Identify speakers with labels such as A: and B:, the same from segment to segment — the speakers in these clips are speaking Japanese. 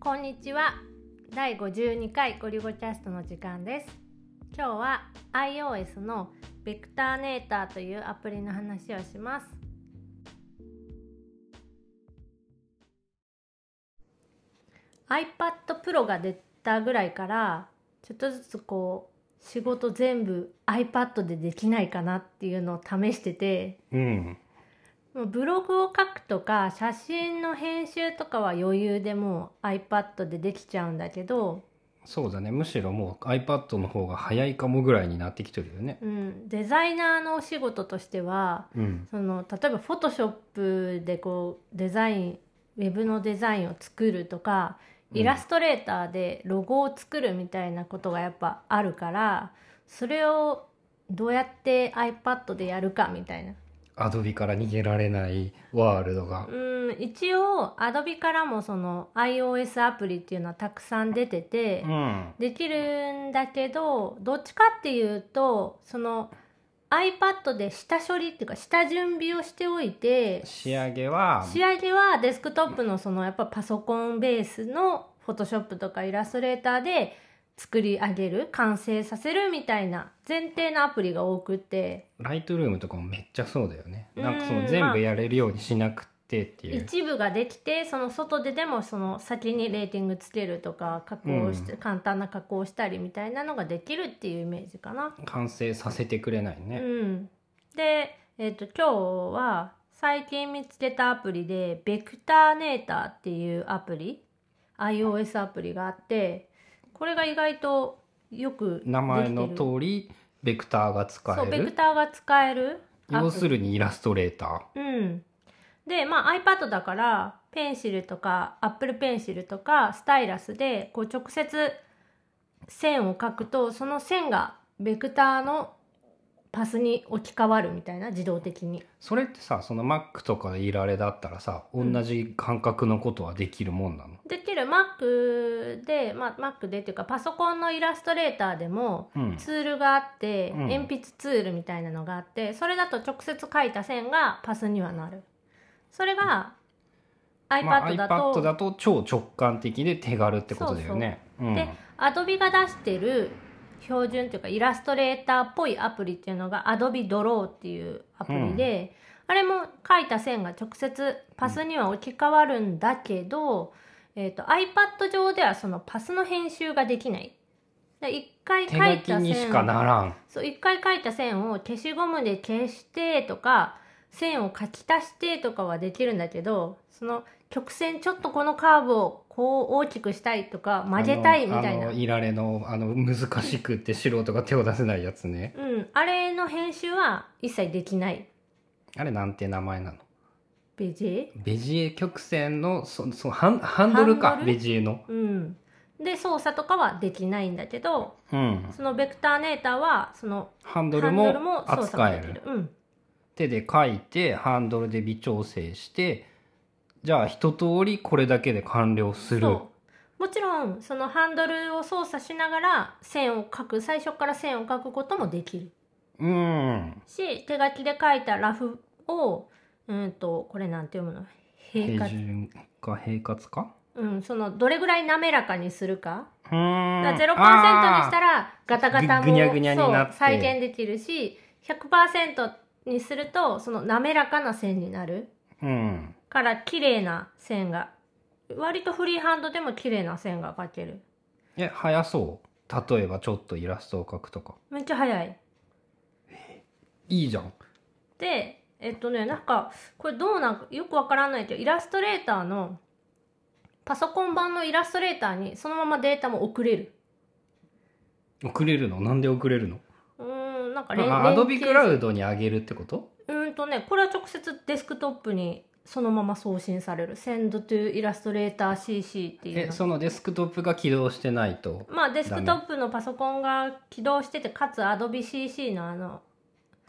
A: こんにちは第52回ゴリゴキャストの時間です今日は iOS のベクターネーターというアプリの話をします。iPad Pro が出たぐらいからちょっとずつこう仕事全部 iPad でできないかなっていうのを試してて
B: うん。
A: もうブログを書くとか写真の編集とかは余裕でもう iPad でできちゃうんだけど、
B: そうだね。むしろもう iPad の方が早いかもぐらいになってきてるよね。
A: うん、デザイナーのお仕事としては
B: うん。
A: その例えばフォトショップでこうデザインウェブのデザインを作るとかイラストレーターでロゴを作るみたいなことがやっぱあるからそれをどうやって iPad でやるかみたいな
B: Adobe から逃げられないワールドが。
A: うん一応 Adobe からもその iOS アプリっていうのはたくさん出てて、
B: うん。
A: できるんだけどどっちかっていうとその iPad で下処理っていうか下準備をしておいて
B: 仕上げは、
A: 仕上げはデスクトップのそのやっぱパソコンベースの Photoshop とかイラストレーターで作り上げる完成させるみたいな前提のアプリが多くて
B: Lightroom とかもめっちゃそうだよね。
A: うん
B: なんかその
A: ま
B: 全
A: あ
B: 部やれるようにしなくてっていう。
A: 一部ができてその外ででもその先にレーティングつけるとか加工して、
B: う
A: 簡単な加工をしたりみたいなのができるっていうイメージかな。
B: 完成させてくれないうね。
A: ん、で、えっと今日は最近見つけたアプリでベクターネーターっていうアプリ iOS アプリがあってこれが意外とよく
B: 名前の
A: できてる
B: 通り、ベクターが使
A: そう
B: え
A: ベク
B: る。
A: ターが使えるアプリ
B: 要するにイラストレータ
A: うん、で、まあ、iPad だからペンシルとか Apple ペンシルとかスタイラスでこう直接線を描くとその線がベクターのパスに置き換わるみたいな自動的に
B: ー。それってさ、その Mac とかでいられだったらさ、同
A: うん
B: じ感覚のことはできるもんなの。
A: できる Mac で、まあ、Mac でっていうかパソコンのイラストレーターでも
B: うん。
A: ツールがあって、
B: うん
A: 鉛筆ツールみたいなのがあってそれだと直接書いた線がパスにはなるそれが
B: まあ
A: iPad だと、
B: iPad だと超直感的で手軽ってことだよね。うん
A: で Adobe が出してる標準というかイラストレーターっぽいアプリっていうのが Adobe Draw っていうアプリで、あれも書いた線が直接パスには置き換わるんだけど、えー、と iPad 上ではそのパスの編集ができない。で一回書
B: 手
A: い
B: 書き
A: た
B: にしか
A: 線
B: ならん。
A: そう一回書いた線を消しゴムで消してとか線を書き足してとかはできるんだけどその曲線ちょっとこのカーブをこう大きくしたいとか曲げたいみたいな
B: あのあのいられのあの難しくって素人が手を出せないやつね。
A: うん、あれの編集は一切できない。
B: あれなんて名前なの
A: ベジ
B: ベジエ曲線のそそハンハンドル
A: ハ
B: か
A: ンドル
B: ベジエの。
A: ェうん。で、操作とかはできないんだけど、
B: うん。
A: そのベクターネーターは、その
B: ハン
A: ハ
B: ド
A: ンド
B: ル
A: ル
B: も
A: も操作
B: 扱
A: がで
B: え
A: きる
B: る。。
A: うん。
B: 手で書いてハンドルで微調整してじゃあ一通りこれだけで完了する。
A: そう。もちろん、そのハンドルを操作しながら線を描く、最初から線を描くこともできる。
B: うん。
A: し、手書きで描いたラフを、うんと、これなんて読むの平
B: 平
A: 滑。
B: 準か平滑か
A: うん、その、どれぐらい滑らかにするか。
B: うーん。
A: だから0%にしたらガタガタも
B: ぐぐにゃぐにゃになって
A: そう再現できるし100%にするとその滑らかな線になる
B: うん。
A: から綺麗な線が割とフリーハンドでも綺麗な線が描ける
B: え、早そう。例えばちょっとイラストを描くとか。
A: めっちゃ早い
B: いいじゃん。
A: でえっとねなんかこれどうなんかよくわからないけどイラストレーターのパソコン版のイラストレーターにそのままデータも送れる
B: 送れるのなんで送れるの
A: うーんなんか
B: あ
A: れん
B: アドビ
A: 連携
B: クラウドに上げるってこと
A: うーんとねこれは直接デスクトップにそのまま送信される Send to Illustrator CC っていう
B: え、
A: の
B: そのデスクトップが起動してないと。
A: まあデスクトップのパソコンが起動しててかつ AdobeCC のあの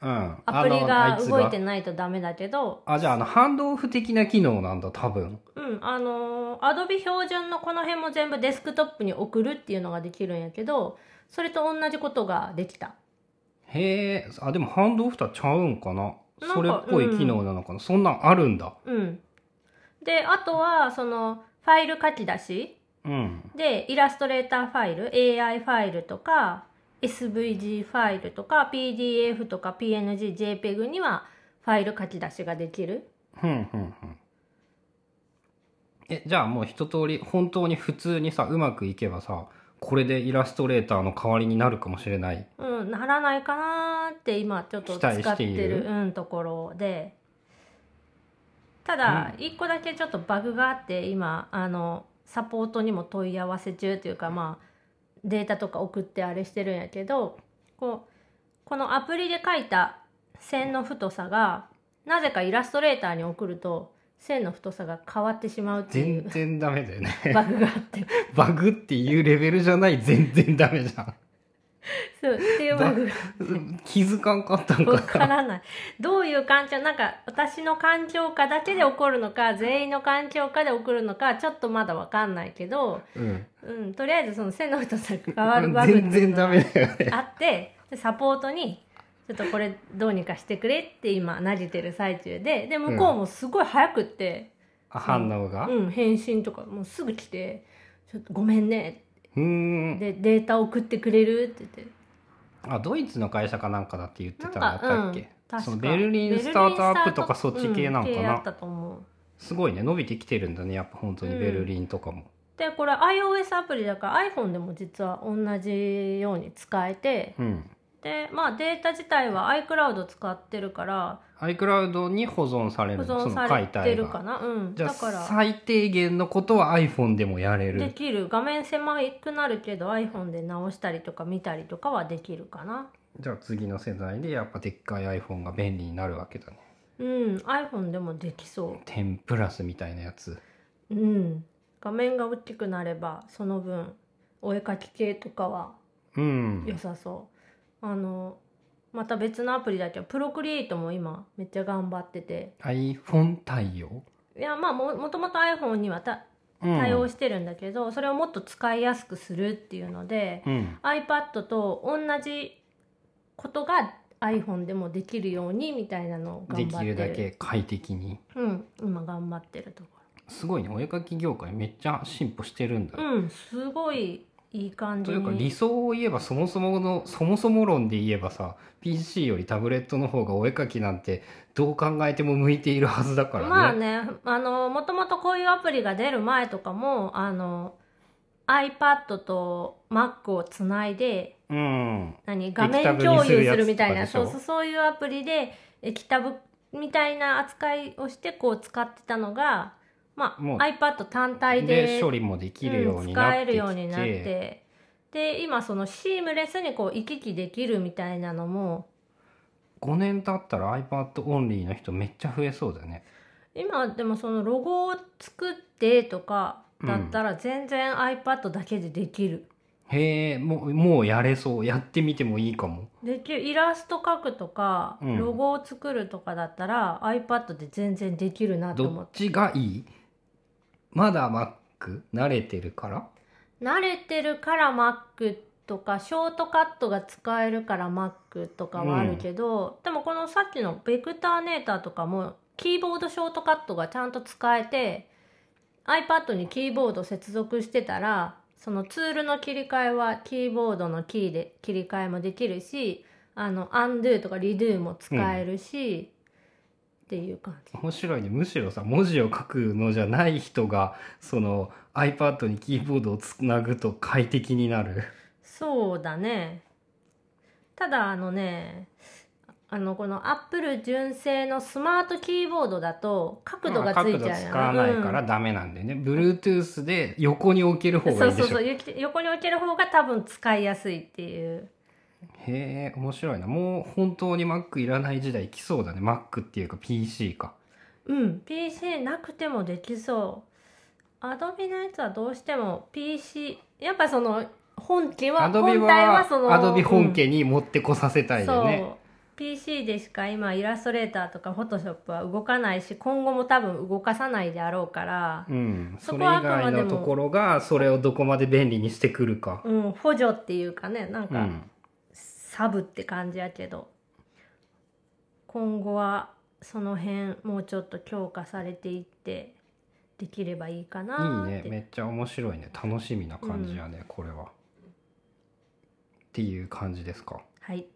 B: うん。
A: アプリ
B: あの
A: が
B: あいつ
A: 動いてないとダメだけど
B: あ、じゃああの、ハンドオフ的な機能なんだ、多分。
A: うんあのー Adobe 標準のこの辺も全部デスクトップに送るっていうのができるんやけどそれと同じことができた
B: へえ、あ、でもハンドオフとはちゃうんかな。
A: なんか
B: それっぽい機能なのかな。そんなんあるんだ。
A: うんであとはそのファイル書き出し
B: うん
A: でイラストレーターファイル AI ファイルとか SVG ファイルとか PDF とか PNGJPEG にはファイル書き出しができる
B: ふんふんふんえじゃあもう一通り本当に普通にさうまくいけばさこれでイラストレーターの代わりになるかもしれない
A: うん、ならないかなーって今ちょっと
B: 期
A: 使
B: 待
A: っ
B: してている
A: るうん、ところでただ一個だけちょっとバグがあって今あのサポートにも問い合わせ中というかまあデータとか送ってあれしてるんやけどこうこのアプリで書いた線の太さがなぜかイラストレーターに送ると線の太さが変わってしまうってい
B: 全
A: う
B: 然ダメだよね
A: バグがあって
B: バグっていうレベルじゃない全然ダメじゃん
A: そうっていうバグが
B: うん気づかんか ったん
A: わ
B: か
A: からない。どういう感情、なんか私の感情下だけで起こるのか、全員の感情下で起こるのか、ちょっとまだわかんないけど、
B: うん、
A: うん、とりあえずその背の太さが変わるバグって
B: 全然ダメだよね
A: あって、でサポートに、ちょっとこれどうにかしてくれって今投げてる最中で、で、向こうもすごい早くって、
B: あ反応が
A: うん、返信とかもうすぐ来て、ちょっとごめんね。
B: うーん
A: で、データ送ってくれるって言って。
B: あドイツの会社かなんかだって言ってたんだ
A: な
B: っ
A: んか、
B: た
A: う
B: っ
A: ん
B: け、
A: 確
B: そ
A: か
B: のベルリンスタートアップとかそっち系なの
A: ベルリンスタートうん系
B: かな、
A: やったと思う。
B: すごいね伸びてきてるんだねやっぱ本当に
A: うん
B: ベルリンとかも、
A: でこれ iOS アプリだから iPhone でも実は同じように使えて
B: うん、
A: でまあデータ自体は iCloud 使ってるから
B: iCloud に保存され
A: 保
B: る
A: 存
B: その
A: さ
B: 解
A: れて
B: 体
A: るか
B: が
A: なうん
B: じゃ
A: だ
B: あ
A: から
B: 最低限のことは iPhone でもやれ
A: で
B: る
A: きる画面狭くなるけど iPhone で直したりとか見たりとかはできるかな
B: じゃあ次の世代でやっぱでっかい iPhone が便利になるわけだね
A: うん iPhone でもできそ
B: 10プラスみたいなやつ
A: ううん画面が大きくなればその分お絵かき系とかは
B: うん
A: 良さそう、あのまた別のアプリだけどプロクリエイトも今めっちゃ頑張ってて
B: iPhone 対応、
A: いやまあももともと iPhone にはた
B: うん、
A: 対応してるんだけど、それをもっと使いやすくするっていうので、
B: うん、
A: iPad と同じことが iPhone でもできるようにみたいなのを頑張
B: で
A: っ
B: き
A: て
B: る
A: る
B: だけ快適に
A: うん、今頑張ってるとこ
B: すごいねお絵描き業界めっちゃ進歩してるんだ、
A: ろうんすごいいい感じ
B: とい
A: に
B: うか理想を言えばそもそものそもそも論で言えばさ PC よりタブレットの方がお絵描きなんてどう考えても向いているはずだからね,、
A: まあねあのもともとこういうアプリが出る前とかもあの iPad と Mac をつないで
B: うん
A: 何画
B: 液タ
A: 面
B: ブ
A: 共
B: にする
A: 有
B: や
A: す
B: つ
A: るみたいな
B: とか
A: そう
B: でしょ
A: そうそういうアプリで液タブみたいな扱いをしてこう使ってたのが、まあ、
B: もう
A: iPad 単体で
B: で処理もできるよう
A: うん
B: になっ
A: 使え
B: てき
A: る
B: て,、
A: ようになってで今そのシームレスにこう行き来できるみたいなのも
B: 5年経ったら iPad オンリーの人めっちゃ増えそうだね
A: 今でもそのロゴを作ってとかだったら全然 iPad だけでできる。
B: へえもうもうやれそうやってみてもいいかも
A: できるイラスト描くとか、
B: うん
A: ロゴを作るとかだったら iPad で全然できるなと
B: ど
A: 思っ
B: ってちがいいまだ Mac 慣れてるから
A: 慣れてるから Mac とかショートカットが使えるから Mac とかはあるけど、でもこのさっきのベクターネーターとかもキーボードショートカットがちゃんと使えて iPad にキーボード接続してたらそのツールの切り替えはキーボードのキーで切り替えもできるしあの undo とか redo も使えるし、っていう感じ。
B: 面白いねむしろさ文字を書くのじゃない人がその iPad にキーボードをつなぐと快適になる
A: そうだね。ただあのね、あのこのアップル純正のスマートキーボードだと角度がついちゃうよね。
B: まあ角度使わないから
A: うん
B: ダメなんでね、Bluetooth で横に置ける方が
A: そ
B: いういで
A: そう
B: しょ
A: そう
B: へ
A: ゆき横に置ける方が多分使いやすいっていう
B: え面白いなもう本当に Mac いらない時代来そうだね Mac っていうか PC か
A: うん PC なくてもできそうアドビのやつはどうしても PC やっぱその本家は
B: Adobe
A: 本体はその
B: は Adobe 本家に持ってこさせたいよね、
A: そう PC でしか今イラストレーターとかフォトショップは動かないし今後も多分動かさないであろうから、
B: うん、
A: そ
B: そ
A: こ
B: れ以
A: はあくまでも
B: 外のところがそれをどこまで便利にしてくるか、
A: うん、補助っていうかねなん
B: う
A: か
B: ん、
A: サブって感じやけど、今後はその辺もうちょっと強化されていってできればいいか
B: いい
A: なーっ
B: ね
A: て
B: めっちゃ面白いね楽しみな感じやね、これは。っていう感じですか。
A: はい